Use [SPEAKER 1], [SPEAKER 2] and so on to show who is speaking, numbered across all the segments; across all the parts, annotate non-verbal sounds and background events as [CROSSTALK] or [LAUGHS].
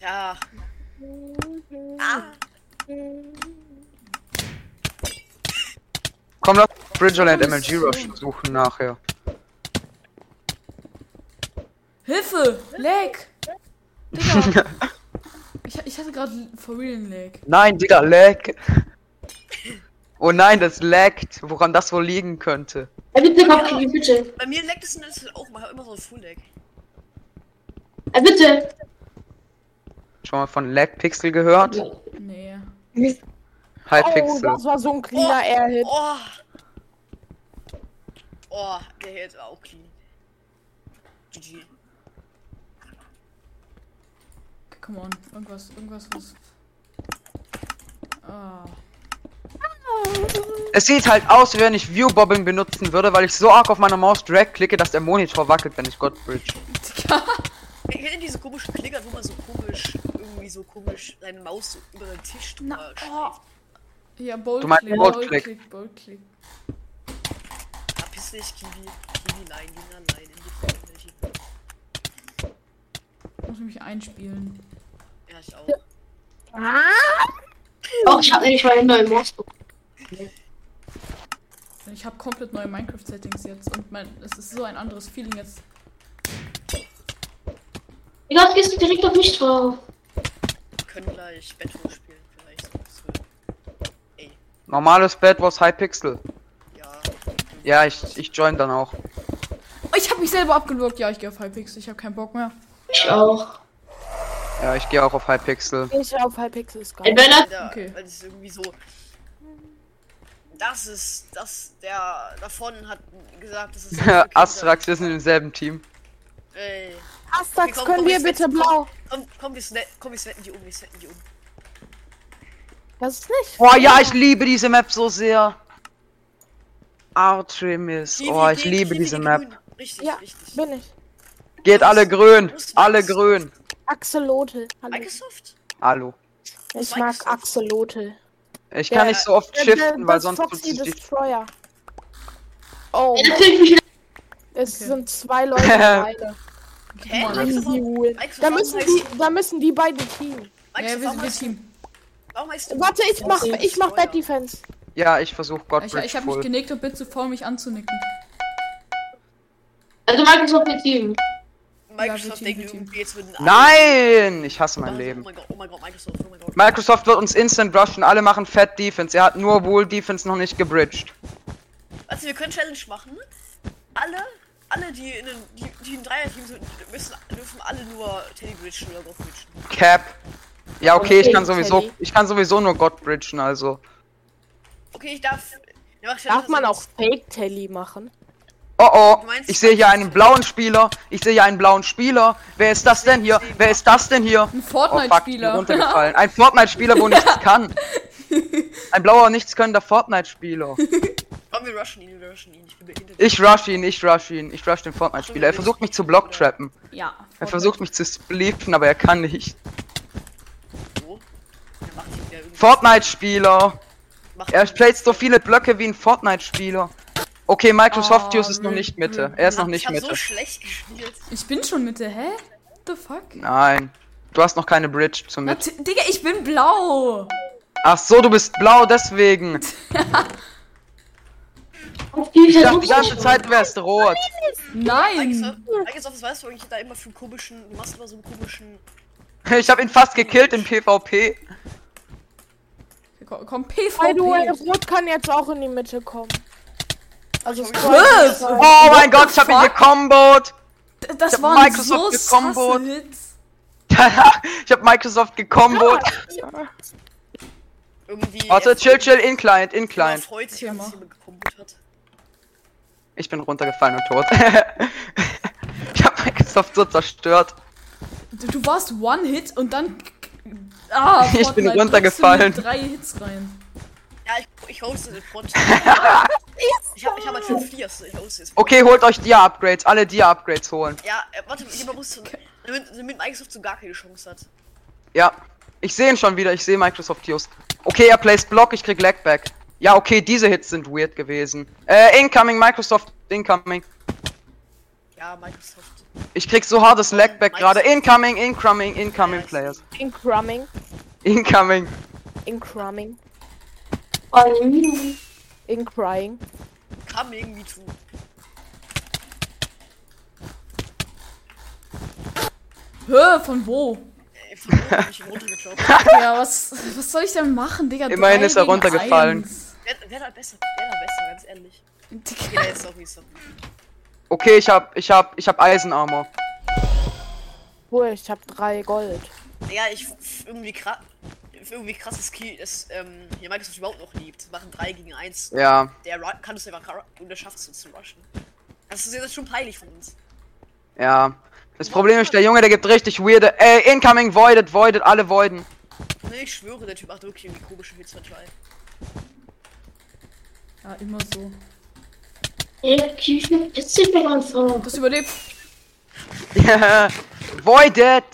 [SPEAKER 1] Ja. Ah.
[SPEAKER 2] Komm, lass Bridgerland MLG Rush suchen nachher.
[SPEAKER 3] Hilfe! Lag!
[SPEAKER 2] [LAUGHS]
[SPEAKER 3] Digga! ich, ich hatte gerade for real einen Lag.
[SPEAKER 2] Nein, Digga, lag. Oh nein, das laggt. Woran das wohl liegen könnte.
[SPEAKER 4] Er bitte Kopfkick, bitte.
[SPEAKER 1] Bei mir leckt es in der Zeit auch mal. Ich hab immer so ein Full Leg.
[SPEAKER 4] Er bitte.
[SPEAKER 2] Schon mal von Lag Pixel gehört?
[SPEAKER 3] Nee.
[SPEAKER 2] Halb
[SPEAKER 5] Oh,
[SPEAKER 2] Pixel.
[SPEAKER 5] das war so ein cleaner Airhit.
[SPEAKER 1] Oh. Oh, der Hit war auch clean. GG.
[SPEAKER 3] Come on. Irgendwas, irgendwas muss. Ah.
[SPEAKER 2] Es sieht halt aus, wie wenn ich Viewbobbing benutzen würde, weil ich so arg auf meiner Maus Drag klicke, dass der Monitor wackelt, wenn ich Godbridge.
[SPEAKER 3] Digga.
[SPEAKER 1] Ich kenne diese komischen Klicker, wo man so komisch, irgendwie so komisch seine Maus so über den Tisch drüber
[SPEAKER 3] Na,
[SPEAKER 1] schlägt.
[SPEAKER 3] oh. Ja, Bold
[SPEAKER 2] Du meinst
[SPEAKER 3] Click,
[SPEAKER 2] Bold
[SPEAKER 3] Bold
[SPEAKER 2] Click.
[SPEAKER 3] Click, Bold Click.
[SPEAKER 1] Verpiss dich, Kiwi. Kiwi, nein, Kinder, nein, in die Freunde. Ich-
[SPEAKER 3] Muss ich mich einspielen.
[SPEAKER 1] Ja, ich auch.
[SPEAKER 4] Oh, ich hab nämlich mal einen neuen Maus bekommen.
[SPEAKER 3] Ich habe komplett neue Minecraft-Settings jetzt und mein, es ist so ein anderes Feeling jetzt.
[SPEAKER 4] Egal, gehst du direkt auf mich drauf.
[SPEAKER 1] Wir können gleich Battle spielen, vielleicht. So.
[SPEAKER 2] Normales Bad Wars High Pixel.
[SPEAKER 1] Ja.
[SPEAKER 2] Ja, ich, ich join dann auch.
[SPEAKER 3] Oh, ich habe mich selber abgelurkt. Ja, ich gehe auf Hypix. Ich habe keinen Bock mehr.
[SPEAKER 4] Ich auch.
[SPEAKER 2] Ja, ich gehe auch auf High Pixel. [LAUGHS]
[SPEAKER 5] Ich auf Hypixel ist geil.
[SPEAKER 4] Ein Banner.
[SPEAKER 1] Ja,
[SPEAKER 3] Okay.
[SPEAKER 1] Weil es irgendwie so. Das ist. Das. Der. Davon hat gesagt,
[SPEAKER 2] [LAUGHS]
[SPEAKER 1] das ist.
[SPEAKER 2] Astrax, wir sind im selben Team.
[SPEAKER 1] Ey.
[SPEAKER 5] Astax,
[SPEAKER 1] komm,
[SPEAKER 5] können
[SPEAKER 1] komm,
[SPEAKER 5] wir
[SPEAKER 1] ich
[SPEAKER 5] bitte
[SPEAKER 1] setz-
[SPEAKER 5] blau?
[SPEAKER 1] Komm, komm, wir snappen, komm, wir snappen die um, wir snappen die um.
[SPEAKER 5] Das ist nicht.
[SPEAKER 2] Oh ja, ich liebe diese Map so sehr. Artemis.
[SPEAKER 1] Kiwi
[SPEAKER 2] Oh, ich
[SPEAKER 1] gegen
[SPEAKER 2] liebe
[SPEAKER 1] Kiwi
[SPEAKER 2] diese
[SPEAKER 1] grün.
[SPEAKER 2] Map.
[SPEAKER 1] Richtig,
[SPEAKER 5] Ja,
[SPEAKER 1] richtig.
[SPEAKER 5] bin ich.
[SPEAKER 2] Geht alle grün. Alle grün.
[SPEAKER 5] Axolotl. Hallo.
[SPEAKER 1] Microsoft?
[SPEAKER 2] Hallo.
[SPEAKER 5] Ich mag Axolotl.
[SPEAKER 2] Ich kann
[SPEAKER 5] Ja,
[SPEAKER 2] nicht so oft
[SPEAKER 5] Der-
[SPEAKER 2] shiften,
[SPEAKER 5] der-
[SPEAKER 2] weil
[SPEAKER 5] das
[SPEAKER 2] sonst
[SPEAKER 5] Äh, Foxy
[SPEAKER 2] tut's nicht.
[SPEAKER 5] Destroyer. Oh,
[SPEAKER 4] Ja, natürlich mich wieder.
[SPEAKER 5] [LAUGHS] es
[SPEAKER 3] Okay.
[SPEAKER 5] sind
[SPEAKER 2] [LAUGHS]
[SPEAKER 5] zwei Leute alleine.
[SPEAKER 1] Hä?
[SPEAKER 3] Mann.
[SPEAKER 1] Microsoft?
[SPEAKER 5] Easy win.
[SPEAKER 1] Microsoft
[SPEAKER 5] Da müssen
[SPEAKER 1] heißt-
[SPEAKER 5] die, da müssen die beide Team.
[SPEAKER 1] Microsoft,
[SPEAKER 3] Ja, wir sind
[SPEAKER 1] warum
[SPEAKER 3] wir
[SPEAKER 1] heißt,
[SPEAKER 3] Team.
[SPEAKER 1] warum heißt du-
[SPEAKER 5] Warte, ich mach, ich mach Bad
[SPEAKER 1] Steuer?
[SPEAKER 5] Defense.
[SPEAKER 2] Ja, ich versuche
[SPEAKER 3] Ich,
[SPEAKER 2] Godbridge
[SPEAKER 3] ich habe mich
[SPEAKER 2] voll.
[SPEAKER 3] genickt und bin zu faul, mich anzunicken.
[SPEAKER 4] Also Microsoft mit Team.
[SPEAKER 3] Ja, wir
[SPEAKER 1] Microsoft
[SPEAKER 3] Team, wir
[SPEAKER 1] denkt
[SPEAKER 3] Team.
[SPEAKER 1] irgendwie jetzt würden alle-
[SPEAKER 2] Nein! Ich hasse mein
[SPEAKER 1] Oh
[SPEAKER 2] Leben.
[SPEAKER 1] mein Gott, oh mein Gott, Microsoft, oh mein Gott.
[SPEAKER 2] Microsoft wird uns instant rushen. Alle machen Fat Defense. Er hat nur Wohl Defense noch nicht gebridged.
[SPEAKER 1] Also wir können Challenge machen. Alle, alle, die in den, die, die in Dreier-Team sind, müssen, dürfen alle nur Teddy bridgen oder Bob bridgen.
[SPEAKER 2] Cap. Ja, okay, ich
[SPEAKER 5] Okay,
[SPEAKER 2] kann sowieso,
[SPEAKER 5] Teddy.
[SPEAKER 2] ich kann sowieso nur God bridgen, also.
[SPEAKER 1] Okay, ich darf. Ja, mach Challenge, also
[SPEAKER 5] Darf
[SPEAKER 1] dass
[SPEAKER 5] man
[SPEAKER 1] ich-
[SPEAKER 5] auch Fake Telly machen?
[SPEAKER 2] Oh oh,
[SPEAKER 1] Du meinst-
[SPEAKER 2] ich sehe hier einen blauen Spieler. Ich sehe hier einen blauen Spieler. Wer ist das denn hier? Wer ist das denn hier? Oh
[SPEAKER 3] Ein
[SPEAKER 2] fuck, ich bin
[SPEAKER 3] Fortnite-Spieler. [LAUGHS]
[SPEAKER 2] runtergefallen. Ein Fortnite-Spieler, wo nichts kann. Ein blauer nichtskönnender Fortnite-Spieler.
[SPEAKER 1] Komm, wir rushen ihn, wir rushen ihn. Ich bin behindert.
[SPEAKER 2] Ich rush ihn, ich rush ihn, ich rush den Fortnite-Spieler. Er versucht mich zu blocktrappen.
[SPEAKER 3] ja.
[SPEAKER 2] Er
[SPEAKER 3] Fortnite.
[SPEAKER 2] versucht mich zu spliffen, aber er kann nicht.
[SPEAKER 1] So. Er macht ihn wieder irgendwie.
[SPEAKER 2] Fortnite-Spieler!
[SPEAKER 1] macht
[SPEAKER 2] Er
[SPEAKER 1] ihn-
[SPEAKER 2] playt so viele Blöcke wie ein Fortnite-Spieler. Okay, Microsoft
[SPEAKER 3] Oh,
[SPEAKER 2] Use ist noch nicht Mitte. Er ist noch
[SPEAKER 1] Ich
[SPEAKER 2] nicht
[SPEAKER 1] hab
[SPEAKER 2] Mitte.
[SPEAKER 1] so schlecht gespielt.
[SPEAKER 3] Ich bin schon mit der. Hä? What the fuck?
[SPEAKER 2] Nein. Du hast noch keine Bridge zum Mitte.
[SPEAKER 3] Nat- Digga, ich bin blau.
[SPEAKER 2] Ach so, du bist blau, deswegen.
[SPEAKER 4] Auf die
[SPEAKER 2] Ich dachte die
[SPEAKER 4] versuchst
[SPEAKER 2] ganze Zeit, du wärst rot.
[SPEAKER 3] Nein.
[SPEAKER 1] Microsoft, Microsoft, das weißt du eigentlich da immer für einen komischen. Du machst immer so einen komischen.
[SPEAKER 2] Ich habe ihn fast gekillt im PvP.
[SPEAKER 3] Komm, komm
[SPEAKER 5] By the way,
[SPEAKER 3] PvP.
[SPEAKER 5] Rot kann jetzt auch in die Mitte kommen. Also es
[SPEAKER 3] Was?
[SPEAKER 5] kann-
[SPEAKER 2] Oh mein Gott, ich habe ihn gekombot.
[SPEAKER 3] D- Das
[SPEAKER 2] hab
[SPEAKER 3] waren so
[SPEAKER 2] Microsoft gekombot.
[SPEAKER 3] sasse Hits.
[SPEAKER 2] [LAUGHS] ich habe Microsoft gekombot.
[SPEAKER 1] Irgendwie.
[SPEAKER 2] Warte,
[SPEAKER 1] er-
[SPEAKER 2] Also, chill, chill, in client, in
[SPEAKER 1] er
[SPEAKER 2] client.
[SPEAKER 1] freut sich,
[SPEAKER 3] Ja,
[SPEAKER 1] wenn
[SPEAKER 3] mach.
[SPEAKER 1] es jemand gekombot hat.
[SPEAKER 2] Ich bin runtergefallen und tot. [LAUGHS] ich habe Microsoft so zerstört.
[SPEAKER 3] Du, du warst One Hit und dann.
[SPEAKER 2] [LAUGHS]
[SPEAKER 3] Ah,
[SPEAKER 2] Ich bin
[SPEAKER 3] Fortnite, trotzdem
[SPEAKER 2] runtergefallen.
[SPEAKER 3] mit Drei Hits rein.
[SPEAKER 1] Ja, ich, ich hoste den
[SPEAKER 2] [LAUGHS]
[SPEAKER 1] Pod. ich hab, ich hab halt schon vier, also ich hoste jetzt.
[SPEAKER 2] Okay, holt euch Dia-Upgrades, alle Dia-Upgrades holen.
[SPEAKER 1] Ja, äh, warte, jemand muss zu, damit, damit Microsoft so gar keine Chance hat.
[SPEAKER 2] Ja. Ich sehe ihn schon wieder, ich sehe Microsoft Use. Okay, er plays Block, ich krieg Lagback. Ja, okay, diese Hits sind weird gewesen. Äh, incoming, Microsoft, incoming.
[SPEAKER 1] Ja, Microsoft.
[SPEAKER 2] Ich krieg so hartes Lagback gerade. Incoming, incoming, incoming players.
[SPEAKER 5] Incrumming.
[SPEAKER 2] Incoming.
[SPEAKER 5] Incrumming.
[SPEAKER 4] Eine Minute.
[SPEAKER 5] Incrying.
[SPEAKER 1] Kam mir irgendwie zu.
[SPEAKER 3] Hä, von wo?
[SPEAKER 2] [LAUGHS]
[SPEAKER 1] Ey, äh, von oben hab ich runtergekloppt.
[SPEAKER 3] [LAUGHS] Ja, was, was soll ich denn machen, Digga?
[SPEAKER 2] Immerhin
[SPEAKER 3] Drei
[SPEAKER 2] ist er
[SPEAKER 3] gegen
[SPEAKER 2] runtergefallen.
[SPEAKER 3] eins.
[SPEAKER 1] Wer, wer da besser? Wer da besser, ganz ehrlich. Okay,
[SPEAKER 3] Digga,
[SPEAKER 1] der ist doch wie so.
[SPEAKER 2] Okay, ich hab, ich hab, ich hab Eisenarmor.
[SPEAKER 5] Cool, ich hab drei Gold.
[SPEAKER 1] Ja, ich f- irgendwie krass. Irgendwie krasses Kill, dass ähm, hier Microsoft überhaupt noch liebt. Machen 3 gegen 1.
[SPEAKER 2] Ja.
[SPEAKER 1] Der ru- kann es einfach kar- und der schafft es zu rushen. Das ist jetzt schon peinlich von uns.
[SPEAKER 2] Ja. Das Problem ist, der Junge, der gibt richtig weirde. Ey, incoming, voided, voided, alle voiden. [LAUGHS]
[SPEAKER 1] Nee, ich schwöre, der Typ macht wirklich irgendwie komische Hits mit Try.
[SPEAKER 3] ja, immer so.
[SPEAKER 4] Ey, Küche ist sich bei uns so.
[SPEAKER 3] Das überlebt.
[SPEAKER 2] voided!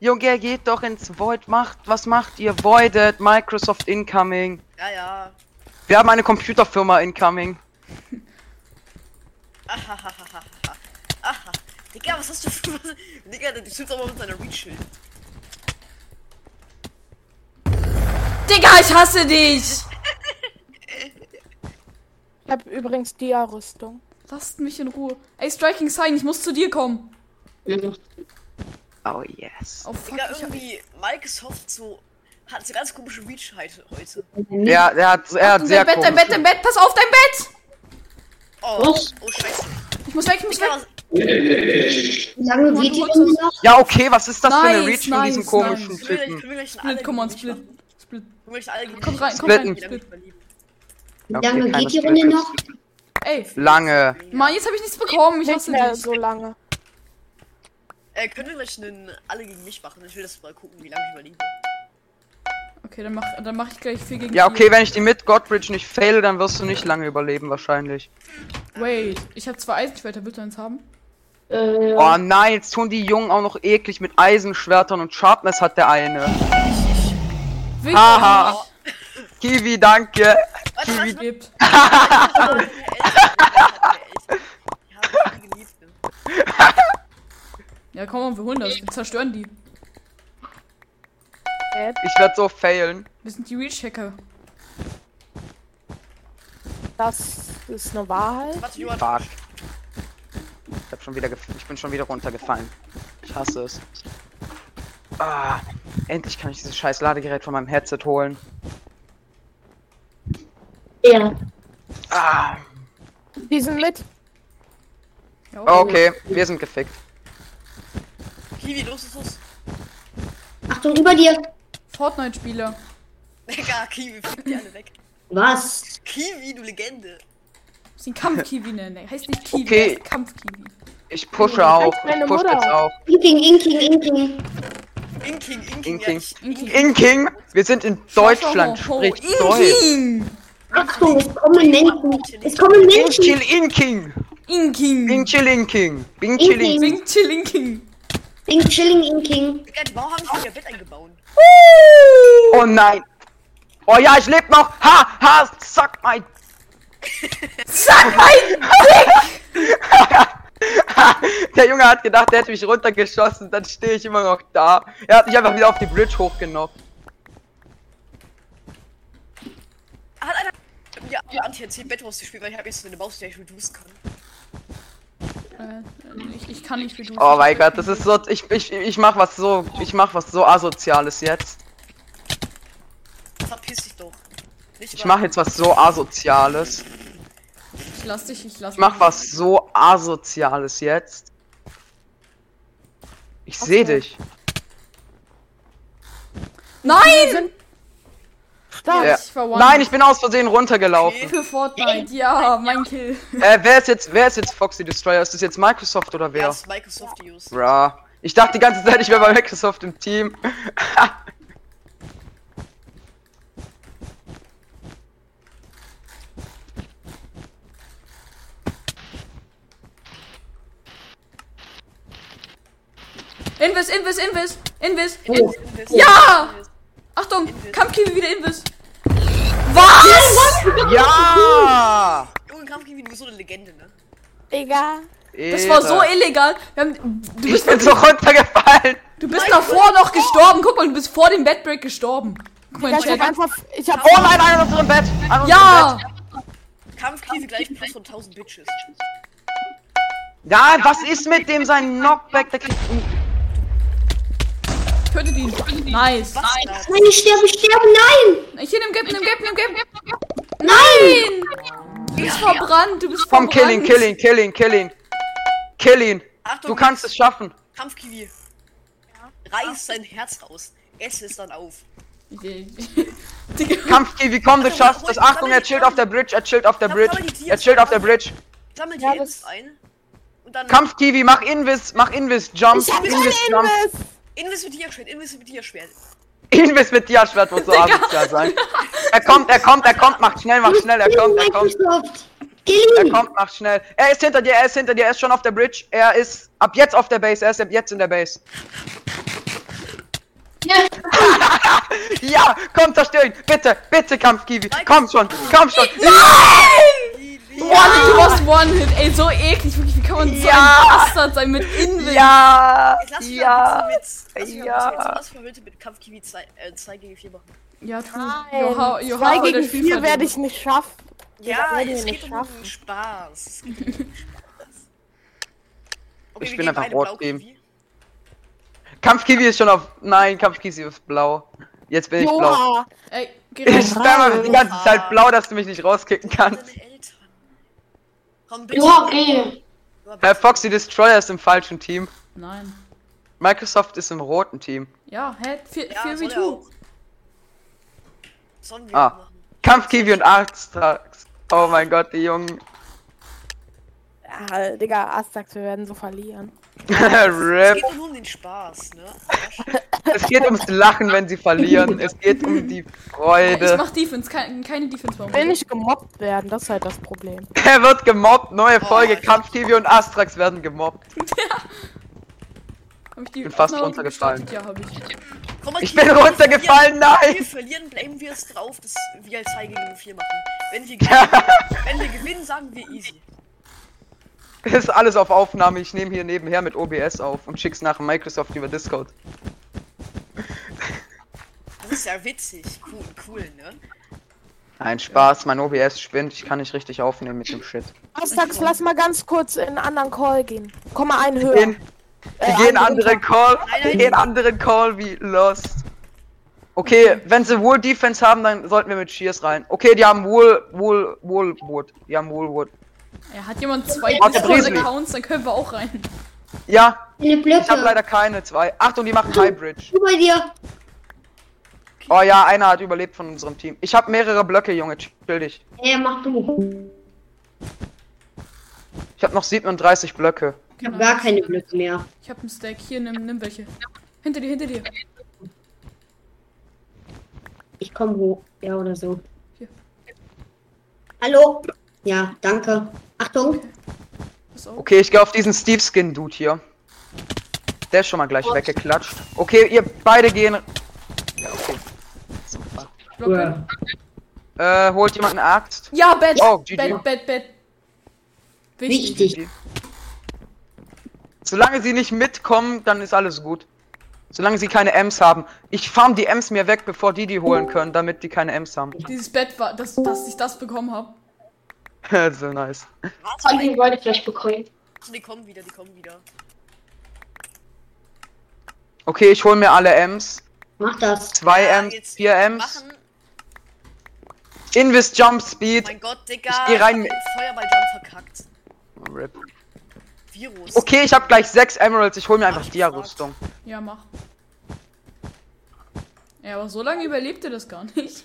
[SPEAKER 2] Junge, geht doch ins Void, macht, was macht ihr? Voided, Microsoft incoming.
[SPEAKER 1] Ja, ja.
[SPEAKER 2] Wir haben eine Computerfirma incoming.
[SPEAKER 1] Ahahaha. Aha. Digga, was hast du für. Digga, der schützt aber mit seiner Reach-Schild.
[SPEAKER 3] Digga, ich hasse dich!
[SPEAKER 5] Ich hab übrigens Dia-Rüstung.
[SPEAKER 3] Lasst mich in Ruhe. Ey, Striking Sign, ich muss zu dir kommen.
[SPEAKER 2] Oh yes.
[SPEAKER 3] Oh, fuck,
[SPEAKER 1] Digga,
[SPEAKER 3] ich hab...
[SPEAKER 1] irgendwie Microsoft so. hat so ganz komische Reach heute. heute.
[SPEAKER 2] Ja, er hat, er hat
[SPEAKER 3] Dein Bett,
[SPEAKER 2] sehr
[SPEAKER 3] dein Bett,
[SPEAKER 2] komisch.
[SPEAKER 3] dein Bett, pass auf, dein Bett!
[SPEAKER 1] Oh,
[SPEAKER 4] Was?
[SPEAKER 1] oh scheiße.
[SPEAKER 3] Ich muss weg, ich muss
[SPEAKER 1] Digga,
[SPEAKER 3] weg.
[SPEAKER 1] was,
[SPEAKER 4] Wie lange
[SPEAKER 3] Mann,
[SPEAKER 4] geht die
[SPEAKER 3] du
[SPEAKER 4] denn
[SPEAKER 3] holst
[SPEAKER 4] noch?
[SPEAKER 2] Ja, okay, was ist das für eine
[SPEAKER 3] Nice,
[SPEAKER 2] Reach von diesem
[SPEAKER 3] nice,
[SPEAKER 2] komischen
[SPEAKER 3] nice.
[SPEAKER 1] können wir gleich,
[SPEAKER 2] Typen?
[SPEAKER 1] können wir gleich einen
[SPEAKER 3] Split, komm on,
[SPEAKER 1] Können
[SPEAKER 3] split. Split.
[SPEAKER 1] wir gleich einen
[SPEAKER 3] Komm rein, komm
[SPEAKER 2] Splitten.
[SPEAKER 3] rein, split.
[SPEAKER 4] Wie
[SPEAKER 2] Okay,
[SPEAKER 4] lange
[SPEAKER 2] keiner
[SPEAKER 4] geht die
[SPEAKER 2] split.
[SPEAKER 4] Runde noch?
[SPEAKER 3] Ey,
[SPEAKER 2] Lange.
[SPEAKER 3] Mann, jetzt habe ich nichts bekommen. Ich
[SPEAKER 5] Nicht
[SPEAKER 3] hasse
[SPEAKER 5] mehr
[SPEAKER 3] dich.
[SPEAKER 5] so lange.
[SPEAKER 1] Äh, können wir gleich einen alle gegen mich machen? Ich will das mal gucken, wie lange ich überlebe.
[SPEAKER 3] Okay, dann mach, dann mach ich gleich viel gegen
[SPEAKER 2] Ja,
[SPEAKER 3] die.
[SPEAKER 2] okay, wenn ich die mit Godbridge nicht fail, dann wirst du nicht lange überleben, wahrscheinlich.
[SPEAKER 3] Wait, ich habe zwei Eisenschwerter. Willst du eins haben?
[SPEAKER 4] Äh,
[SPEAKER 2] Oh nein, jetzt tun die Jungen auch noch eklig mit Eisenschwertern und Sharpness hat der eine.
[SPEAKER 3] Wirklich?
[SPEAKER 2] Haha. Kiwi, danke.
[SPEAKER 1] Warte,
[SPEAKER 3] Wie
[SPEAKER 1] warte, warte.
[SPEAKER 3] gibt?
[SPEAKER 1] warte, warte. Ja, ich hab die geliebt, ne?
[SPEAKER 3] Ja, komm, wir holen das. Wir zerstören die.
[SPEAKER 5] Bad.
[SPEAKER 2] Ich werde so failen.
[SPEAKER 3] Wir sind die Real-Checker.
[SPEAKER 5] Das ist eine Wahrheit.
[SPEAKER 1] Warte, Johann.
[SPEAKER 2] Fuck. Ich, hab schon wieder gef- ich bin schon wieder runtergefallen. Ich hasse es. Ah, endlich kann ich dieses scheiß Ladegerät von meinem Headset holen.
[SPEAKER 4] ja.
[SPEAKER 2] Ah,
[SPEAKER 5] Die sind mit.
[SPEAKER 3] Ja,
[SPEAKER 2] okay, wir sind gefickt.
[SPEAKER 1] Kiwi, los, los, [LAUGHS] los.
[SPEAKER 4] Achtung, über dir.
[SPEAKER 3] Fortnite-Spieler.
[SPEAKER 1] Digga, Kiwi, fick die alle weg.
[SPEAKER 4] Was?
[SPEAKER 1] Kiwi, du Legende.
[SPEAKER 3] Muss ihn Kampf-Kiwi nennen. ey. Heißt nicht Kiwi,
[SPEAKER 2] Okay.
[SPEAKER 3] heißt Kampf-Kiwi.
[SPEAKER 2] Ich pushe auch. Ich
[SPEAKER 5] meine
[SPEAKER 2] pushe
[SPEAKER 5] Mutter.
[SPEAKER 2] jetzt auch.
[SPEAKER 4] Inking, inking, inking.
[SPEAKER 1] Inking, Inking,
[SPEAKER 2] Inking.
[SPEAKER 1] ja, ich,
[SPEAKER 3] Inking.
[SPEAKER 2] Inking, wir sind in Deutschland.
[SPEAKER 3] Ho, ho, ho.
[SPEAKER 2] Sprich Deutsch.
[SPEAKER 3] Inking!
[SPEAKER 4] Achtung, es kommen Menschen. Es kommen Menschen.
[SPEAKER 2] Inchil Inking.
[SPEAKER 3] Inking!
[SPEAKER 2] Inchil Inking. Inchil Inking.
[SPEAKER 3] Wing Chillinking!
[SPEAKER 4] Ink, chilling, inking.
[SPEAKER 1] Digga, die Bauern haben schon wieder Bett eingebaut.
[SPEAKER 2] Oh nein. Oh ja, ich lebe noch. Ha, ha, suck mein.
[SPEAKER 3] Zack, mein!
[SPEAKER 2] [LAUGHS] Der Junge hat gedacht, der hätte mich runtergeschossen. Dann stehe ich immer noch da. Er hat mich einfach wieder auf die Bridge hochgenockt.
[SPEAKER 1] Hat einer. Ich hab mir Ah, ja. Anti-NC-Battlers gespielt, weil ich hab jetzt so eine Maus, die ich reduce kann.
[SPEAKER 3] Äh, ich, ich kann nicht wie du.
[SPEAKER 2] Oh mein Gott, das ist so. Ich, ich, ich mach was so. Ich mach was so asoziales jetzt.
[SPEAKER 1] Verpiss dich doch. Nicht
[SPEAKER 2] Ich
[SPEAKER 1] wahr?
[SPEAKER 2] mach jetzt was so asoziales.
[SPEAKER 3] Ich lass dich, ich lass
[SPEAKER 2] Ich mach
[SPEAKER 3] dich.
[SPEAKER 2] was so asoziales jetzt. Ich sehe dich.
[SPEAKER 3] Nein!
[SPEAKER 5] Stark.
[SPEAKER 2] Ja.
[SPEAKER 3] Ich war one.
[SPEAKER 2] Nein, ich bin aus Versehen runtergelaufen.
[SPEAKER 3] Für Fortnite, ja, mein Kill.
[SPEAKER 2] Äh, wer ist jetzt, wer ist jetzt Foxy Destroyer? Ist das jetzt Microsoft oder
[SPEAKER 1] Ja,
[SPEAKER 2] wer?
[SPEAKER 1] das ist Microsoft Use.
[SPEAKER 2] Bruh. Ich dachte die ganze Zeit, ich wäre bei Microsoft im
[SPEAKER 3] [LAUGHS]
[SPEAKER 2] Team.
[SPEAKER 3] Invis, Invis, Invis, Invis.
[SPEAKER 4] Oh.
[SPEAKER 3] Ja! Achtung, Kampfkiwi wieder Invis. Was?
[SPEAKER 2] Ja!
[SPEAKER 1] Junge, Kampfkiwi, du bist so eine Legende, ne?
[SPEAKER 5] Digga.
[SPEAKER 3] Das war so
[SPEAKER 2] Ehre.
[SPEAKER 3] illegal. Wir haben, du
[SPEAKER 2] Ich
[SPEAKER 3] bist,
[SPEAKER 2] bin so runtergefallen.
[SPEAKER 3] du bist davor noch gestorben. Guck mal, du bist vor dem Bedbreak gestorben. Guck mal, in
[SPEAKER 5] Ich
[SPEAKER 3] den
[SPEAKER 5] hab
[SPEAKER 3] Chat.
[SPEAKER 5] einfach. Ich hab.
[SPEAKER 2] Oh nein, einer unter dem Bett. Einer
[SPEAKER 3] Ja!
[SPEAKER 1] Kampfkiefe gleich plus von 1000 Bitches.
[SPEAKER 2] Unter dem Bett. Ja, was ist mit dem sein Knockback? Der kriegt.
[SPEAKER 3] Tötet ihn. Nice.
[SPEAKER 4] Nein, ich sterbe, ich sterbe, nein!
[SPEAKER 3] Hier, nimm Gelb, nimm Gelb, nimm Gelb.
[SPEAKER 4] Nein!
[SPEAKER 3] Du bist verbrannt, du bist
[SPEAKER 2] Komm,
[SPEAKER 3] verbrannt.
[SPEAKER 2] kill ihn, kill ihn, kill ihn, kill ihn. Kill ihn.
[SPEAKER 1] Achtung.
[SPEAKER 2] Du kannst es schaffen.
[SPEAKER 1] Kampfkiwi. Reiß sein Herz raus. Ess es dann auf.
[SPEAKER 3] ihn. [LAUGHS] Digga.
[SPEAKER 2] Kampfkiwi, komm, du schaffst es. Achtung, er chillt auf der Bridge, er chillt auf der Bridge. Er chillt auf der Bridge.
[SPEAKER 1] Sammel die
[SPEAKER 5] Ja,
[SPEAKER 1] Invis
[SPEAKER 5] das-
[SPEAKER 1] ein. Und dann.
[SPEAKER 2] Kampfkiwi, mach Invis, mach Invis, Jump,
[SPEAKER 5] Ich hab keine
[SPEAKER 2] Invis, Jump.
[SPEAKER 5] Invis!
[SPEAKER 1] Invis mit Diaschwert, Invis mit Diaschwert.
[SPEAKER 2] Invis mit Diaschwert muss so asozial sein. Er kommt, er kommt, er kommt, macht schnell, macht schnell, er kommt, er kommt.
[SPEAKER 4] Microsoft! Kill
[SPEAKER 2] Er
[SPEAKER 4] ihn!
[SPEAKER 2] kommt, macht schnell. Er ist hinter dir, er ist hinter dir, er ist schon auf der Bridge. Er ist ab jetzt auf der Base, er ist ab jetzt in der Base.
[SPEAKER 4] Ja,
[SPEAKER 2] [LAUGHS] Ja, komm, zerstör ihn. Bitte, bitte, Kampfkiwi. Komm schon, komm schon.
[SPEAKER 3] One, du warst One Hit. Ey, so eklig, wirklich. Wie kann man so
[SPEAKER 2] Ja.
[SPEAKER 3] ein Bastard sein mit Invis?
[SPEAKER 2] Ja,
[SPEAKER 1] Jetzt lass mich mal
[SPEAKER 2] ja.
[SPEAKER 1] ein bisschen Witz. Lass mich mal ein bisschen Witz.
[SPEAKER 2] Ja.
[SPEAKER 1] Lass mich mal bitte mit Kampfkiwi 2 äh, zwei gegen 4 machen.
[SPEAKER 3] Ja, tu. Joha,
[SPEAKER 5] Nein.
[SPEAKER 3] Joha,
[SPEAKER 5] Zwei
[SPEAKER 3] oder
[SPEAKER 5] gegen
[SPEAKER 3] Spielverderber.
[SPEAKER 5] vier werde ich nicht schaffen.
[SPEAKER 1] Ja,
[SPEAKER 5] werde ich
[SPEAKER 1] es
[SPEAKER 5] nicht
[SPEAKER 1] geht um
[SPEAKER 5] schaffen.
[SPEAKER 1] den Spaß. Es geht um den Spaß. Okay,
[SPEAKER 2] Ich
[SPEAKER 1] wir
[SPEAKER 2] bin
[SPEAKER 1] gehen
[SPEAKER 2] einfach
[SPEAKER 1] beide
[SPEAKER 2] rot
[SPEAKER 1] blau,
[SPEAKER 2] eben.
[SPEAKER 1] Kiwi.
[SPEAKER 2] Kampfkiwi ist schon auf. Nein, Kampfkiwi ist blau. Jetzt bin ich blau.
[SPEAKER 5] Oha.
[SPEAKER 3] Ey, geh
[SPEAKER 2] Ich
[SPEAKER 3] raus.
[SPEAKER 2] spamme die ganze Zeit blau, dass du mich nicht rauskicken kannst.
[SPEAKER 1] Deine Eltern. Komm bitte.
[SPEAKER 4] Boah, ey!
[SPEAKER 2] Herr Foxy Destroyer ist im falschen Team.
[SPEAKER 3] Nein.
[SPEAKER 2] Microsoft ist im roten Team.
[SPEAKER 3] Ja, hä? 4
[SPEAKER 1] Ja, soll er auch.
[SPEAKER 3] 2
[SPEAKER 1] Sollen wir
[SPEAKER 2] Ah.
[SPEAKER 1] machen.
[SPEAKER 2] Kampfkiwi und Arztrax. Oh mein Gott, die Jungen. [LAUGHS]
[SPEAKER 5] Ah, Digga, Astax, wir werden so verlieren.
[SPEAKER 1] Es
[SPEAKER 2] Rip.
[SPEAKER 1] geht doch nur um den Spaß, ne?
[SPEAKER 2] Es geht ums Lachen, wenn sie verlieren. Es geht um die
[SPEAKER 3] Ich
[SPEAKER 2] Freude.
[SPEAKER 3] mach Defense, kein, keine Defense bei
[SPEAKER 5] Will
[SPEAKER 3] mir.
[SPEAKER 5] nicht gemobbt werden, das ist halt das Problem.
[SPEAKER 2] Er wird gemobbt. Neue
[SPEAKER 1] Oh,
[SPEAKER 2] Folge.
[SPEAKER 1] Alter.
[SPEAKER 2] Kampfkiwi und Astrax werden gemobbt.
[SPEAKER 3] Hab ich die
[SPEAKER 2] bin fast
[SPEAKER 3] Aufnahme
[SPEAKER 2] runtergefallen.
[SPEAKER 3] gestartet? Ja, hab ich.
[SPEAKER 1] Komm mal,
[SPEAKER 2] Ich
[SPEAKER 1] Kiwi,
[SPEAKER 2] bin
[SPEAKER 1] wenn wir
[SPEAKER 2] runtergefallen,
[SPEAKER 1] verlieren- Wenn
[SPEAKER 2] nein.
[SPEAKER 1] wir verlieren, bleiben wir es drauf, dass wir als 2 gegen 4 machen. Wenn
[SPEAKER 2] [LAUGHS]
[SPEAKER 1] wir gewinnen, wenn wir gewinnen sagen wir easy.
[SPEAKER 2] Ist alles auf Aufnahme. Ich nehme hier nebenher mit OBS auf und schick's nach Microsoft über Discord.
[SPEAKER 1] Das ist ja witzig. Cool, cool, ne?
[SPEAKER 2] Nein, Spaß, mein OBS spinnt, ich kann nicht richtig aufnehmen mit dem Shit.
[SPEAKER 5] Astax, lass mal ganz kurz in einen anderen Call gehen. Komm mal einen höher.
[SPEAKER 2] Wir
[SPEAKER 5] Äh,
[SPEAKER 2] gehen
[SPEAKER 5] andere
[SPEAKER 2] anderen Call,
[SPEAKER 1] Nein,
[SPEAKER 2] wir
[SPEAKER 1] nein.
[SPEAKER 2] gehen anderen Call wie Lost. Okay, wenn sie Wool Defense haben, dann sollten wir mit Shears rein. Okay, die haben Wool, Wool, Wool, Wood. Die haben Wool, Wood.
[SPEAKER 3] Ja, hat jemand zwei
[SPEAKER 2] Warte, Briesli.
[SPEAKER 3] Discord-Accounts, dann können wir auch rein.
[SPEAKER 2] Ja,
[SPEAKER 4] Eine
[SPEAKER 2] ich habe
[SPEAKER 4] Blöcke!
[SPEAKER 2] leider keine zwei. Achtung, die machen High Bridge.
[SPEAKER 4] Über dir!
[SPEAKER 2] Oh ja, einer hat überlebt von unserem Team. Ich habe mehrere Blöcke, Junge, chill dich.
[SPEAKER 4] Ey, Äh, mach du!
[SPEAKER 2] Ich habe noch 37 Blöcke.
[SPEAKER 4] Ich
[SPEAKER 3] Genau.
[SPEAKER 4] hab gar keine Blöcke mehr.
[SPEAKER 3] Ich hab einen Stack. Hier, nimm, nimm welche. Hinter dir, hinter dir.
[SPEAKER 4] Ich komm hoch. Ja, oder so.
[SPEAKER 3] Hier.
[SPEAKER 4] Hallo? Ja, danke. Achtung!
[SPEAKER 3] Pass auf.
[SPEAKER 2] Okay, ich gehe auf diesen Steve Skin Dude hier. Der ist schon mal gleich weggeklatscht. Okay, ihr beide gehen. Ja, okay. Super.
[SPEAKER 3] Blocke.
[SPEAKER 2] Äh, holt jemand eine Axt?
[SPEAKER 3] Ja, Bett.
[SPEAKER 2] Oh, GG.
[SPEAKER 3] Bett, Bett, Bett. Wichtig.
[SPEAKER 4] Wichtig!
[SPEAKER 2] Solange sie nicht mitkommen, dann ist alles gut. Solange sie keine Ms haben. Ich farm die Ms mir weg, bevor die die holen können, damit die keine Ms haben. [LAUGHS]
[SPEAKER 3] Dieses Bett war, dass, dass ich das bekommen habe.
[SPEAKER 2] so nice.
[SPEAKER 1] Warte,
[SPEAKER 4] Von dem wollte ich vielleicht bekommen.
[SPEAKER 1] die kommen wieder, die kommen wieder.
[SPEAKER 2] Okay, ich hol mir alle Ms.
[SPEAKER 4] Mach das.
[SPEAKER 2] Zwei
[SPEAKER 1] Ja,
[SPEAKER 2] Ms,
[SPEAKER 1] jetzt
[SPEAKER 2] vier Ms.
[SPEAKER 1] Machen.
[SPEAKER 2] Invis Jump Speed.
[SPEAKER 1] Mein Gott, Digga.
[SPEAKER 2] Ich geh rein
[SPEAKER 1] ich
[SPEAKER 2] mit-
[SPEAKER 1] hab den Feuerball-Jump verkackt.
[SPEAKER 2] Rip.
[SPEAKER 1] Virus.
[SPEAKER 2] Okay, ich habe gleich sechs Emeralds. Ich hol mir
[SPEAKER 1] Hab
[SPEAKER 2] einfach
[SPEAKER 1] ich
[SPEAKER 2] Dia-Rüstung.
[SPEAKER 3] Ja, mach. Ja, aber so lange überlebt er das gar nicht.
[SPEAKER 4] Ich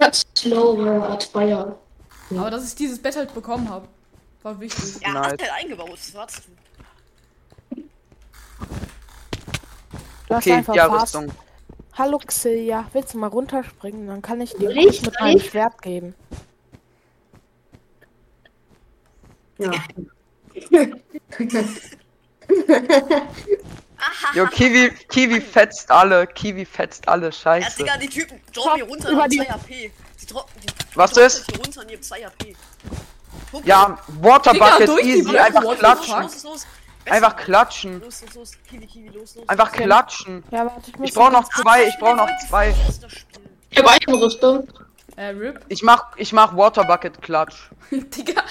[SPEAKER 4] hab Slow Word Feuer.
[SPEAKER 3] Aber dass ich dieses Bett halt bekommen habe, war wichtig.
[SPEAKER 1] Ja,
[SPEAKER 2] Nice.
[SPEAKER 1] hast halt eingebaut. Was wartest du?
[SPEAKER 5] Lass
[SPEAKER 2] Okay,
[SPEAKER 5] einfach Fast.
[SPEAKER 2] Dia-Rüstung.
[SPEAKER 5] Hallo Xilja, willst du mal runterspringen? Dann kann ich dir
[SPEAKER 4] Soll ich? Soll
[SPEAKER 5] mit meinem
[SPEAKER 4] ich?
[SPEAKER 5] Schwert geben.
[SPEAKER 4] Ja.
[SPEAKER 2] Jo, Kiwi,
[SPEAKER 1] [LAUGHS]
[SPEAKER 2] Kiwi fetzt alle, Kiwi fetzt alle,
[SPEAKER 1] Ja,
[SPEAKER 2] scheiße.
[SPEAKER 1] Digga, die Typen droppen hier runter und
[SPEAKER 5] Über
[SPEAKER 1] haben
[SPEAKER 5] die-
[SPEAKER 1] 2 AP. Die droppen, die
[SPEAKER 2] Was
[SPEAKER 1] droppen
[SPEAKER 2] ist?
[SPEAKER 1] hier runter und ihr habt 2 AP. Guck mal.
[SPEAKER 2] Ja, Waterbucket,
[SPEAKER 3] durch die
[SPEAKER 2] easy,
[SPEAKER 3] Blöcke,
[SPEAKER 2] einfach
[SPEAKER 3] what the
[SPEAKER 1] los,
[SPEAKER 2] klatschen.
[SPEAKER 3] fuck?
[SPEAKER 1] los, los, los. Besser.
[SPEAKER 2] Einfach klatschen.
[SPEAKER 1] Los, los, los. Kiwi, Kiwi, los, los. Ah,
[SPEAKER 2] Einfach
[SPEAKER 5] Okay.
[SPEAKER 2] klatschen.
[SPEAKER 5] Ja, warte, ich muss.
[SPEAKER 2] Ich brauche noch zwei, ich brauche noch zwei.
[SPEAKER 4] Ich habe Eichenrüstung.
[SPEAKER 3] Äh, RIP. [LAUGHS]
[SPEAKER 2] Ich mach, ich mach Waterbucket Klatsch.
[SPEAKER 3] Digga.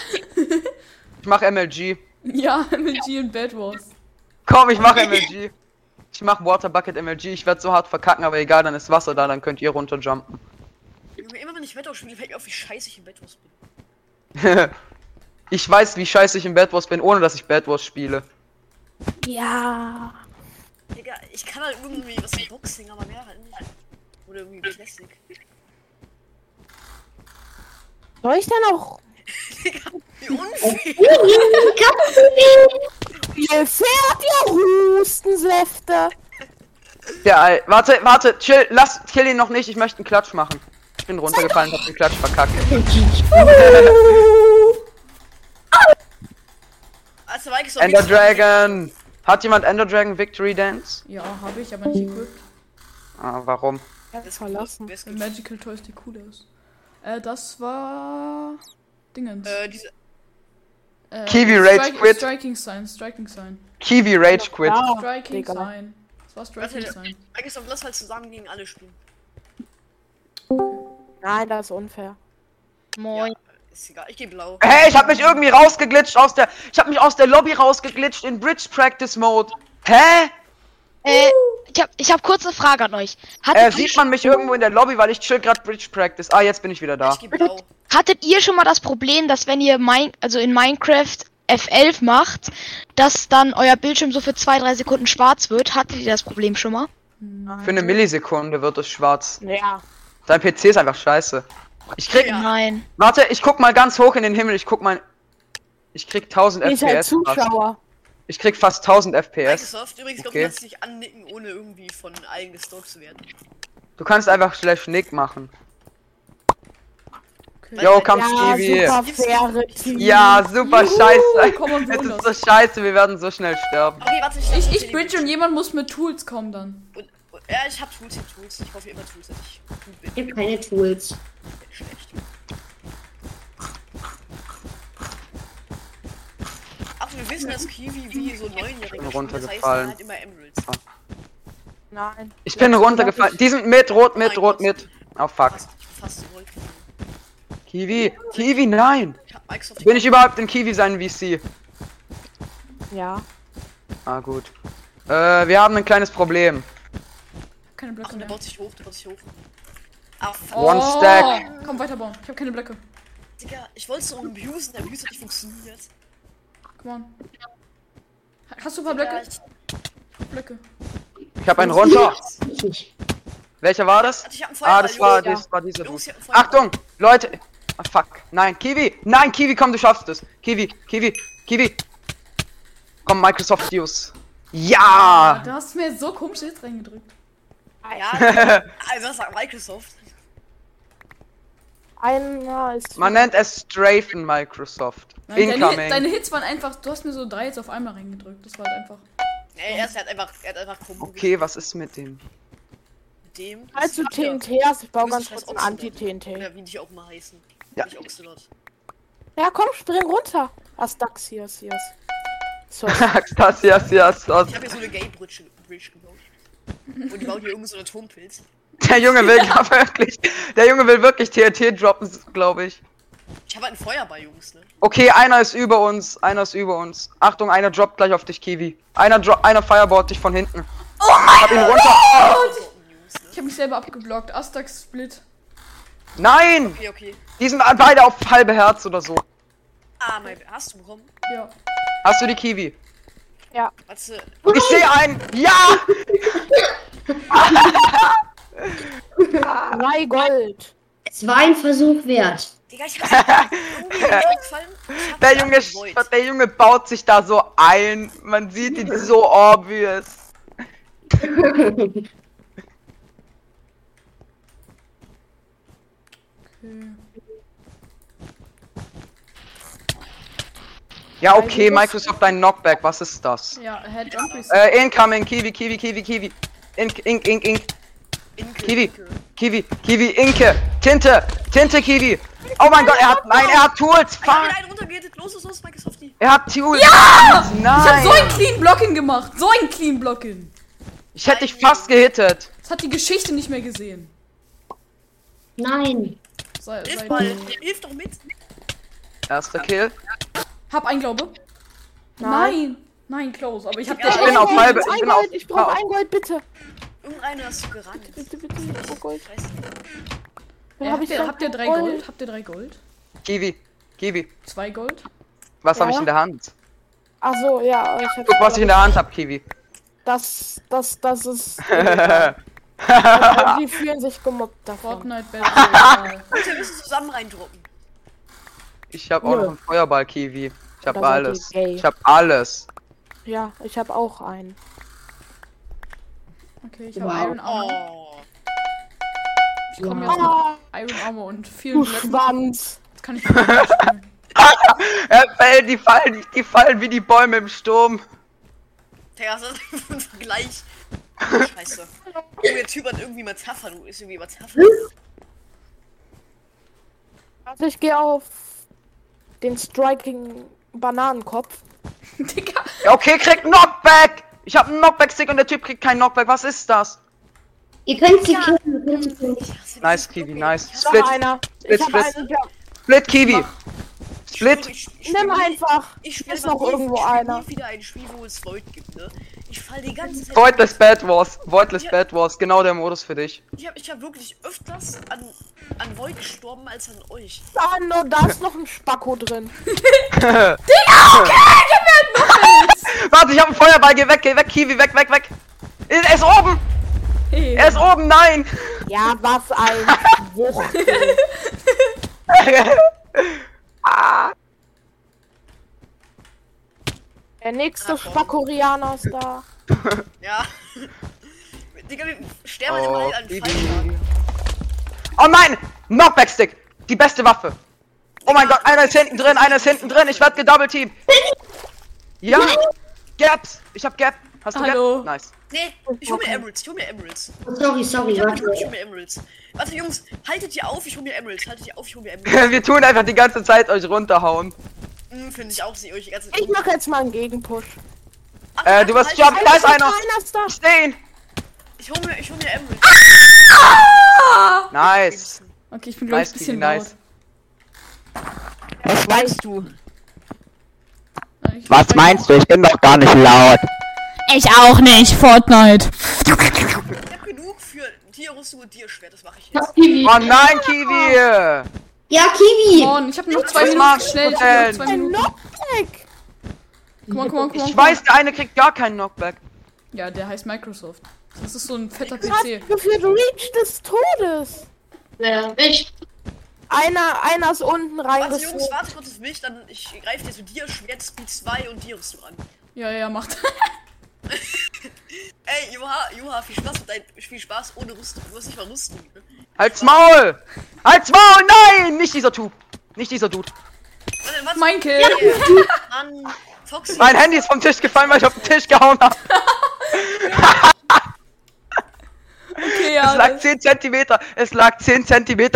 [SPEAKER 2] Ich mach MLG.
[SPEAKER 3] ja, MLG und Bad Wars.
[SPEAKER 2] Komm, ich mach MLG. Ich mach Waterbucket MLG. Ich werd so hart verkacken, aber egal, dann ist Wasser da, dann könnt ihr runterjumpen.
[SPEAKER 1] Junge, Immer wenn ich Wetter spiele, fällt mir auf, wie scheiße ich im Bett bin.
[SPEAKER 2] ich weiß, wie scheiße ich in Bad Wars bin, ohne dass ich Bad Wars spiele.
[SPEAKER 5] Ja.
[SPEAKER 1] Digga, ich kann halt irgendwie was mit Boxing, aber mehr halt nicht. Oder irgendwie Classic.
[SPEAKER 5] Soll ich dann auch
[SPEAKER 1] Wie unfair!
[SPEAKER 5] [LAUGHS] Ihr fährt ihr Hustensäfte.
[SPEAKER 2] Der Al äh, Warte, warte, chill, lass, kill ihn noch nicht, ich möchte einen Klatsch machen. Ich bin runtergefallen, hab den Klatsch verkackt.
[SPEAKER 1] Also, Mike ist auf
[SPEAKER 2] Ender
[SPEAKER 1] jeden Fall-
[SPEAKER 2] Dragon! Hat jemand Ender Dragon Victory Dance?
[SPEAKER 3] Ja, habe ich, aber nicht equipped.
[SPEAKER 2] Ah, warum?
[SPEAKER 1] Das
[SPEAKER 5] Verlassen.
[SPEAKER 1] Wer ist
[SPEAKER 3] Der
[SPEAKER 1] gut?
[SPEAKER 3] Magical Toy sieht cool aus. Äh, das war. Dingens.
[SPEAKER 1] Äh, diese.
[SPEAKER 3] Äh,
[SPEAKER 2] Kiwi Rage Quit.
[SPEAKER 3] Striking Sign, Striking Sign.
[SPEAKER 2] Kiwi Rage Quit.
[SPEAKER 5] Ja,
[SPEAKER 3] Striking
[SPEAKER 5] Digga.
[SPEAKER 3] Sign. Das war Striking
[SPEAKER 1] Warte,
[SPEAKER 3] Sign.
[SPEAKER 1] Mike ist auf Lass halt zusammen gegen alle spielen.
[SPEAKER 5] Nein, das ist unfair.
[SPEAKER 1] Moin. Ja, ist egal, ich geh blau.
[SPEAKER 2] Hey, ich hab mich irgendwie rausgeglitscht aus der. Ich hab mich aus der Lobby rausgeglitscht in Bridge Practice Mode. Hä?
[SPEAKER 6] Äh, ich hab, ich hab kurz eine Frage an euch.
[SPEAKER 2] Äh,
[SPEAKER 6] Hattet, ihr,
[SPEAKER 2] sieht man mich irgendwo in der Lobby, weil ich chill grad Bridge Practice. Ah, jetzt bin ich wieder da.
[SPEAKER 1] Ich geh
[SPEAKER 2] [LAUGHS]
[SPEAKER 1] blau.
[SPEAKER 6] hattet ihr schon mal das Problem, dass wenn ihr mein, also in Minecraft F11 macht, dass dann euer Bildschirm so für zwei, drei Sekunden schwarz wird? Hattet ihr das Problem schon mal?
[SPEAKER 2] Für eine Millisekunde wird es schwarz.
[SPEAKER 5] Ja.
[SPEAKER 2] Dein PC ist einfach scheiße. Ich krieg.
[SPEAKER 1] Ja.
[SPEAKER 6] Nein.
[SPEAKER 2] Warte, ich guck mal ganz hoch in den Himmel. Ich guck mal. Ich krieg 1000
[SPEAKER 5] Ich halt
[SPEAKER 2] FPS. Fast.
[SPEAKER 5] Zuschauer.
[SPEAKER 2] Ich krieg fast 1000 FPS.
[SPEAKER 1] Microsoft, übrigens, glaube
[SPEAKER 2] Okay.
[SPEAKER 1] ich, kannst dich annicken, ohne irgendwie von allen gestalkt zu werden.
[SPEAKER 2] Du kannst einfach slash Nick machen.
[SPEAKER 3] Okay.
[SPEAKER 2] Yo, komm,
[SPEAKER 5] Ja,
[SPEAKER 2] Stevie.
[SPEAKER 5] super faire Team.
[SPEAKER 2] Ja, super scheiße.
[SPEAKER 3] komm und
[SPEAKER 2] Es
[SPEAKER 3] hol
[SPEAKER 2] ist so
[SPEAKER 3] das.
[SPEAKER 2] scheiße, wir werden so schnell sterben.
[SPEAKER 1] Okay, warte, ich
[SPEAKER 3] Ich, ich bridge und jemand muss mit Tools kommen dann.
[SPEAKER 1] und, und, Ja, ich hab Tools, ich hab Tools. Ich kaufe immer Tools, wenn ich gut bin.
[SPEAKER 4] Ich habe keine Tools.
[SPEAKER 1] Schlecht. Ach, wir wissen, dass Kiwi wie so
[SPEAKER 2] Bin
[SPEAKER 1] neunjähriger
[SPEAKER 2] runtergefallen.
[SPEAKER 1] Das heißt, er hat immer Emeralds.
[SPEAKER 5] Nein.
[SPEAKER 2] Ich bin runtergefallen. Die sind mit, rot, mit, rot, mit. Oh fuck.
[SPEAKER 1] Fast, ich bin fast so Gold.
[SPEAKER 2] Kiwi, Kiwi, nein!
[SPEAKER 1] Ich hab Microsoft.
[SPEAKER 2] Bin ich überhaupt in Kiwi sein VC?
[SPEAKER 5] Ja.
[SPEAKER 2] Ah, gut. Äh, wir haben ein kleines Problem.
[SPEAKER 3] Keine
[SPEAKER 1] Ach,
[SPEAKER 3] Blöcke
[SPEAKER 1] der
[SPEAKER 3] mehr.
[SPEAKER 1] baut sich hoch, der baut sich hoch. Ah, fuck,
[SPEAKER 2] One stack.
[SPEAKER 3] Oh. Komm, weiterbauen. Ich habe keine Blöcke.
[SPEAKER 1] Digga, ich wollte es so abusen, der Abuse hat nicht funktioniert.
[SPEAKER 3] Come on. Hast du ein paar
[SPEAKER 1] Ja,
[SPEAKER 3] Blöcke?
[SPEAKER 1] ich,
[SPEAKER 3] Blöcke.
[SPEAKER 2] Ich habe einen runter.
[SPEAKER 4] Ich nicht.
[SPEAKER 2] Welcher war das?
[SPEAKER 1] also ich hab einen Feuerball,
[SPEAKER 2] Ah, das war,
[SPEAKER 1] Junge.
[SPEAKER 2] das war dieser
[SPEAKER 1] Jungs,
[SPEAKER 2] Dude.
[SPEAKER 1] hier vorne-
[SPEAKER 2] Achtung, Leute. Ah, fuck. Nein, Kiwi. Nein, Kiwi, komm, du schaffst es. Kiwi, Kiwi, Kiwi. Komm, Microsoft News.
[SPEAKER 3] Ah,
[SPEAKER 2] Ja!
[SPEAKER 3] du hast mir so komisch jetzt reingedrückt.
[SPEAKER 2] [LAUGHS]
[SPEAKER 1] Ja, also das war Microsoft.
[SPEAKER 5] Einer ist.
[SPEAKER 2] Man nennt es Strafen Microsoft.
[SPEAKER 3] Nein, deine, Hit- deine
[SPEAKER 2] Incoming.
[SPEAKER 3] Hits waren einfach. Du hast mir so drei jetzt auf einmal reingedrückt. Das war halt einfach.
[SPEAKER 1] Ey, er, ist, er hat einfach, er hat einfach Kombo
[SPEAKER 2] Okay, was ist mit dem? [LAUGHS]
[SPEAKER 1] mit dem.
[SPEAKER 5] Falls du
[SPEAKER 1] Ja.
[SPEAKER 5] TNT hast, ich baue
[SPEAKER 1] Du
[SPEAKER 5] ganz
[SPEAKER 1] bist
[SPEAKER 5] kurz
[SPEAKER 1] scheiß
[SPEAKER 5] ein
[SPEAKER 1] Ochsenlord.
[SPEAKER 5] Anti-TNT.
[SPEAKER 1] Oder wie die auch mal heißen.
[SPEAKER 2] Ja.
[SPEAKER 1] Nicht Oxalot.
[SPEAKER 5] Ja, komm, spring runter. Astax hier ist hier.
[SPEAKER 3] [LAUGHS]
[SPEAKER 5] So.
[SPEAKER 2] das, yes, yes, das.
[SPEAKER 1] Ich habe hier so eine Gay-Bridge Bridge gebaut. Und die bauen hier irgendeinen so einen Atompilz.
[SPEAKER 2] Der Junge
[SPEAKER 1] [LAUGHS]
[SPEAKER 2] will ja. wirklich. Der Junge will wirklich TNT droppen, glaube ich.
[SPEAKER 1] Ich halt habe einen Feuerball, Jungs, ne?
[SPEAKER 2] Okay, einer ist über uns, einer ist über uns. Achtung, einer droppt gleich auf dich, Kiwi. Einer dro einer fireboard dich von hinten. ich hab ihn runter.
[SPEAKER 1] Also, Jungs, ne?
[SPEAKER 3] Ich habe mich selber abgeblockt. Astax Split.
[SPEAKER 2] Nein!
[SPEAKER 1] Okay, okay.
[SPEAKER 2] Die sind beide auf halbe Herz oder so.
[SPEAKER 1] Ah, mein. Hast du bekommen?
[SPEAKER 3] Ja.
[SPEAKER 2] Hast du die Kiwi?
[SPEAKER 1] Warte.
[SPEAKER 2] Ich sehe einen! Ja!
[SPEAKER 5] Drei Gold.
[SPEAKER 4] Es war ein Versuch wert.
[SPEAKER 1] [LAUGHS] Digga, ich
[SPEAKER 2] [LAUGHS]
[SPEAKER 1] hab's irgendwie gefallen. Ich hab
[SPEAKER 2] Der
[SPEAKER 1] ihn
[SPEAKER 2] Junge,
[SPEAKER 1] avoid.
[SPEAKER 2] sch- der Junge baut sich da so ein. Man sieht ihn so obvious.
[SPEAKER 3] Okay.
[SPEAKER 2] Ja, okay, Microsoft, dein Knockback, was ist das?
[SPEAKER 3] Ja, Head Jump Reset.
[SPEAKER 2] Äh, incoming, Kiwi, Kiwi, Kiwi, Kiwi. Ink, ink, ink, ink.
[SPEAKER 1] Inke,
[SPEAKER 2] Kiwi.
[SPEAKER 1] Inke.
[SPEAKER 2] Kiwi, Kiwi, Inke, Tinte, Tinte, Kiwi. Oh mein Gott, er hat, nein, er hat Tools.
[SPEAKER 1] Ich hab ihn
[SPEAKER 2] Fuck.
[SPEAKER 1] einen geht es los, los, los, Microsoft die.
[SPEAKER 2] Ihr habt die Ult. Ja! Nein!
[SPEAKER 3] Ich hab so einen clean Blocking gemacht. So einen clean Blocking.
[SPEAKER 2] ich hätte dich fast gehittet.
[SPEAKER 3] Das hat die Geschichte nicht mehr gesehen.
[SPEAKER 4] Nein.
[SPEAKER 3] Sei,
[SPEAKER 1] Hilf
[SPEAKER 3] sei
[SPEAKER 1] mal, hilf doch mit.
[SPEAKER 2] Erster Kill.
[SPEAKER 3] Hab einen Glaube. Nein. Nein, close. Aber ich hab
[SPEAKER 1] Ja,
[SPEAKER 3] dir
[SPEAKER 2] Ich bin
[SPEAKER 3] echt-
[SPEAKER 2] auf halbe. Ich
[SPEAKER 5] Ein
[SPEAKER 2] bin auf. ah.
[SPEAKER 5] Gold, ich brauche ein Gold, bitte.
[SPEAKER 1] Irgendeiner hast du gerannt.
[SPEAKER 5] Bitte, bitte, oh Gold.
[SPEAKER 1] Scheiße.
[SPEAKER 3] Ja,
[SPEAKER 5] Dann hab
[SPEAKER 3] habt,
[SPEAKER 5] ich
[SPEAKER 3] ihr,
[SPEAKER 5] dann
[SPEAKER 3] habt ihr drei
[SPEAKER 5] Gold.
[SPEAKER 3] Gold? Habt ihr drei Gold?
[SPEAKER 2] Kiwi. Kiwi.
[SPEAKER 3] Zwei Gold?
[SPEAKER 2] Was habe ich
[SPEAKER 5] Ja?
[SPEAKER 2] in der Hand?
[SPEAKER 5] Ach so, ja. Ich
[SPEAKER 2] Guck, was ich in der Hand habe, Kiwi.
[SPEAKER 5] Das, das,
[SPEAKER 2] [LAUGHS]
[SPEAKER 5] das ist. die fühlen sich gemobbt davon.
[SPEAKER 3] Fortnite
[SPEAKER 2] [LAUGHS]
[SPEAKER 3] Battle. Royale.
[SPEAKER 1] Wir müssen zusammen reindrucken.
[SPEAKER 2] Ich habe auch
[SPEAKER 5] Nö.
[SPEAKER 2] noch einen Feuerball, Kiwi. Ich habe
[SPEAKER 5] Da seid ihr
[SPEAKER 2] alles.
[SPEAKER 5] gay.
[SPEAKER 2] Ich habe alles.
[SPEAKER 5] Ja, ich habe auch einen.
[SPEAKER 3] Okay, ich hab
[SPEAKER 5] Wow.
[SPEAKER 3] Iron Armor.
[SPEAKER 1] Oh.
[SPEAKER 3] Ich komme jetzt mit
[SPEAKER 5] Ah,
[SPEAKER 3] Iron Armor und vielen
[SPEAKER 5] du
[SPEAKER 3] Blöcken.
[SPEAKER 5] Schwanz.
[SPEAKER 3] Jetzt kann
[SPEAKER 2] [LAUGHS]
[SPEAKER 3] ich spielen.
[SPEAKER 2] Er fällt, die fallen, die fallen wie die Bäume im Sturm.
[SPEAKER 1] Digga, das ist [LAUGHS] ein Vergleich. Scheiße. Oh, der Typ hat irgendwie Metapher, du ist irgendwie Metapher.
[SPEAKER 2] Hm?
[SPEAKER 5] Also ich gehe auf den Striking Bananenkopf.
[SPEAKER 3] Digga,
[SPEAKER 2] Ja, okay, kriegt Knockback. Ich habe einen Knockback-Stick und der Typ kriegt keinen Knockback. Was ist das?
[SPEAKER 4] Ihr könnt sie killen, ihr könnt sie killen.
[SPEAKER 1] Das ist
[SPEAKER 2] Nice,
[SPEAKER 1] nicht
[SPEAKER 2] Kiwi,
[SPEAKER 1] okay.
[SPEAKER 2] nice.
[SPEAKER 5] Noch
[SPEAKER 2] Split,
[SPEAKER 5] einer.
[SPEAKER 2] Split,
[SPEAKER 5] ich habe
[SPEAKER 2] Split.
[SPEAKER 5] einen. Ja,
[SPEAKER 2] split, Kiwi. Split.
[SPEAKER 1] Ich, ich, ich,
[SPEAKER 5] nimm einfach.
[SPEAKER 1] Ich
[SPEAKER 5] Ist
[SPEAKER 1] aber
[SPEAKER 5] noch
[SPEAKER 1] nie-
[SPEAKER 5] irgendwo
[SPEAKER 1] ich spiel
[SPEAKER 5] einer.
[SPEAKER 1] Nie wieder ein Spiel, wo es Void gibt, ne? Ich fall die ganze Zeit.
[SPEAKER 2] Voidless Bad Wars. Voidless
[SPEAKER 1] Ja.
[SPEAKER 2] Bad Wars. Genau der Modus für dich.
[SPEAKER 1] Ich hab, ich hab wirklich öfters an, an Void gestorben als an euch.
[SPEAKER 5] Ah, no, da ist noch ein Spacko drin.
[SPEAKER 2] Warte, ich habe einen Feuerball. Geh weg, geh weg, Kiwi. Weg, weg, weg. Er ist oben.
[SPEAKER 3] hey.
[SPEAKER 2] Er ist oben. Nein. [LAUGHS]
[SPEAKER 5] Ja, was ein Wucht. Der nächste Spackorianer ist da.
[SPEAKER 1] Ja. [LAUGHS] Digga, wir sterben
[SPEAKER 2] Oh,
[SPEAKER 1] immer an Fallschlag.
[SPEAKER 2] Kiwi. oh nein. Knockback-Stick. Die beste Waffe. Oh mein Gott. Einer ist hinten drin. Einer ist hinten drin. Ich werde gedoubleteamt. Ja. Gaps. Ich habe Gap. Hast du
[SPEAKER 3] Hallo.
[SPEAKER 2] Gap? Nice. [LAUGHS]
[SPEAKER 1] Nee, ich hol mir Emeralds, ich hol mir Emeralds.
[SPEAKER 4] Sorry, sorry,
[SPEAKER 1] Ich hab gesagt, ich hol
[SPEAKER 4] warte.
[SPEAKER 1] mir Emeralds. Warte, Jungs, haltet ihr auf, ich hol mir Emeralds. Haltet ihr auf, ich hol mir Emeralds.
[SPEAKER 2] Wir tun einfach die ganze Zeit euch runterhauen.
[SPEAKER 1] Hm, finde ich auch, sehe euch die ganze
[SPEAKER 5] Ich mache jetzt mal einen Gegenpush.
[SPEAKER 1] Ach,
[SPEAKER 2] Äh, du
[SPEAKER 1] warte,
[SPEAKER 2] wirst
[SPEAKER 1] haltet-
[SPEAKER 2] jump- Da ist
[SPEAKER 5] Alter,
[SPEAKER 2] einer.
[SPEAKER 5] Einer ist da.
[SPEAKER 2] Ich seh ihn.
[SPEAKER 1] Ich hol mir, ich hol mir Emeralds.
[SPEAKER 2] Nice.
[SPEAKER 3] Okay, ich bin gleich
[SPEAKER 2] Nice,
[SPEAKER 3] ein
[SPEAKER 2] Kiki,
[SPEAKER 3] bisschen
[SPEAKER 2] nice.
[SPEAKER 3] laut.
[SPEAKER 7] Was meinst du?
[SPEAKER 3] Nein, ich-
[SPEAKER 7] Was meinst du? Ich bin doch gar nicht laut.
[SPEAKER 6] Ich auch nicht. Fortnite.
[SPEAKER 1] Ich hab genug für Tierrüstung und Tierschwert, das mache ich jetzt.
[SPEAKER 4] Ach, Kiwi.
[SPEAKER 2] Oh nein, Kiwi!
[SPEAKER 4] Ja, Kiwi.
[SPEAKER 3] Mann, ich hab nur noch zwei
[SPEAKER 2] Was
[SPEAKER 3] Minuten.
[SPEAKER 2] machst du
[SPEAKER 3] Schnell, ich hab
[SPEAKER 2] denn?
[SPEAKER 3] nur noch zwei
[SPEAKER 5] Ein
[SPEAKER 3] Minuten.
[SPEAKER 5] Knockback.
[SPEAKER 3] Guck mal, guck mal, guck mal.
[SPEAKER 2] Ich
[SPEAKER 3] guck
[SPEAKER 2] weiß,
[SPEAKER 3] mal.
[SPEAKER 2] der eine kriegt gar keinen Knockback.
[SPEAKER 3] Ja, der heißt Microsoft. Das ist so ein fetter
[SPEAKER 5] Du hast
[SPEAKER 3] PC.
[SPEAKER 5] gefühlt Reach des Todes.
[SPEAKER 4] Wer erwischt?
[SPEAKER 5] Einer, einer ist unten
[SPEAKER 1] Warte, Jungs,
[SPEAKER 5] reingezogen.
[SPEAKER 1] warte kurz auf mich, dann ich greife dir zu Tierschwert, Speed 2 und Tierrüstung an.
[SPEAKER 3] Ja, ja, macht. [LAUGHS]
[SPEAKER 1] Ey, Joha, Joha, viel Spaß mit dein, viel Spaß ohne Rüstung. Du musst nicht mal rüsten. ne?
[SPEAKER 2] Halt's Maul! Halt's Maul! Nein! Nicht dieser Typ! Nicht dieser Dude.
[SPEAKER 1] Warte, warte,
[SPEAKER 3] Mein Kill.
[SPEAKER 1] ey, Mann, Foxy.
[SPEAKER 2] Mein Handy ist vom Tisch gefallen, weil ich auf den Tisch gehauen habe.
[SPEAKER 3] Okay,
[SPEAKER 2] Es
[SPEAKER 3] ja.
[SPEAKER 2] lag 10 Zentimeter. Es lag 10 Zentimeter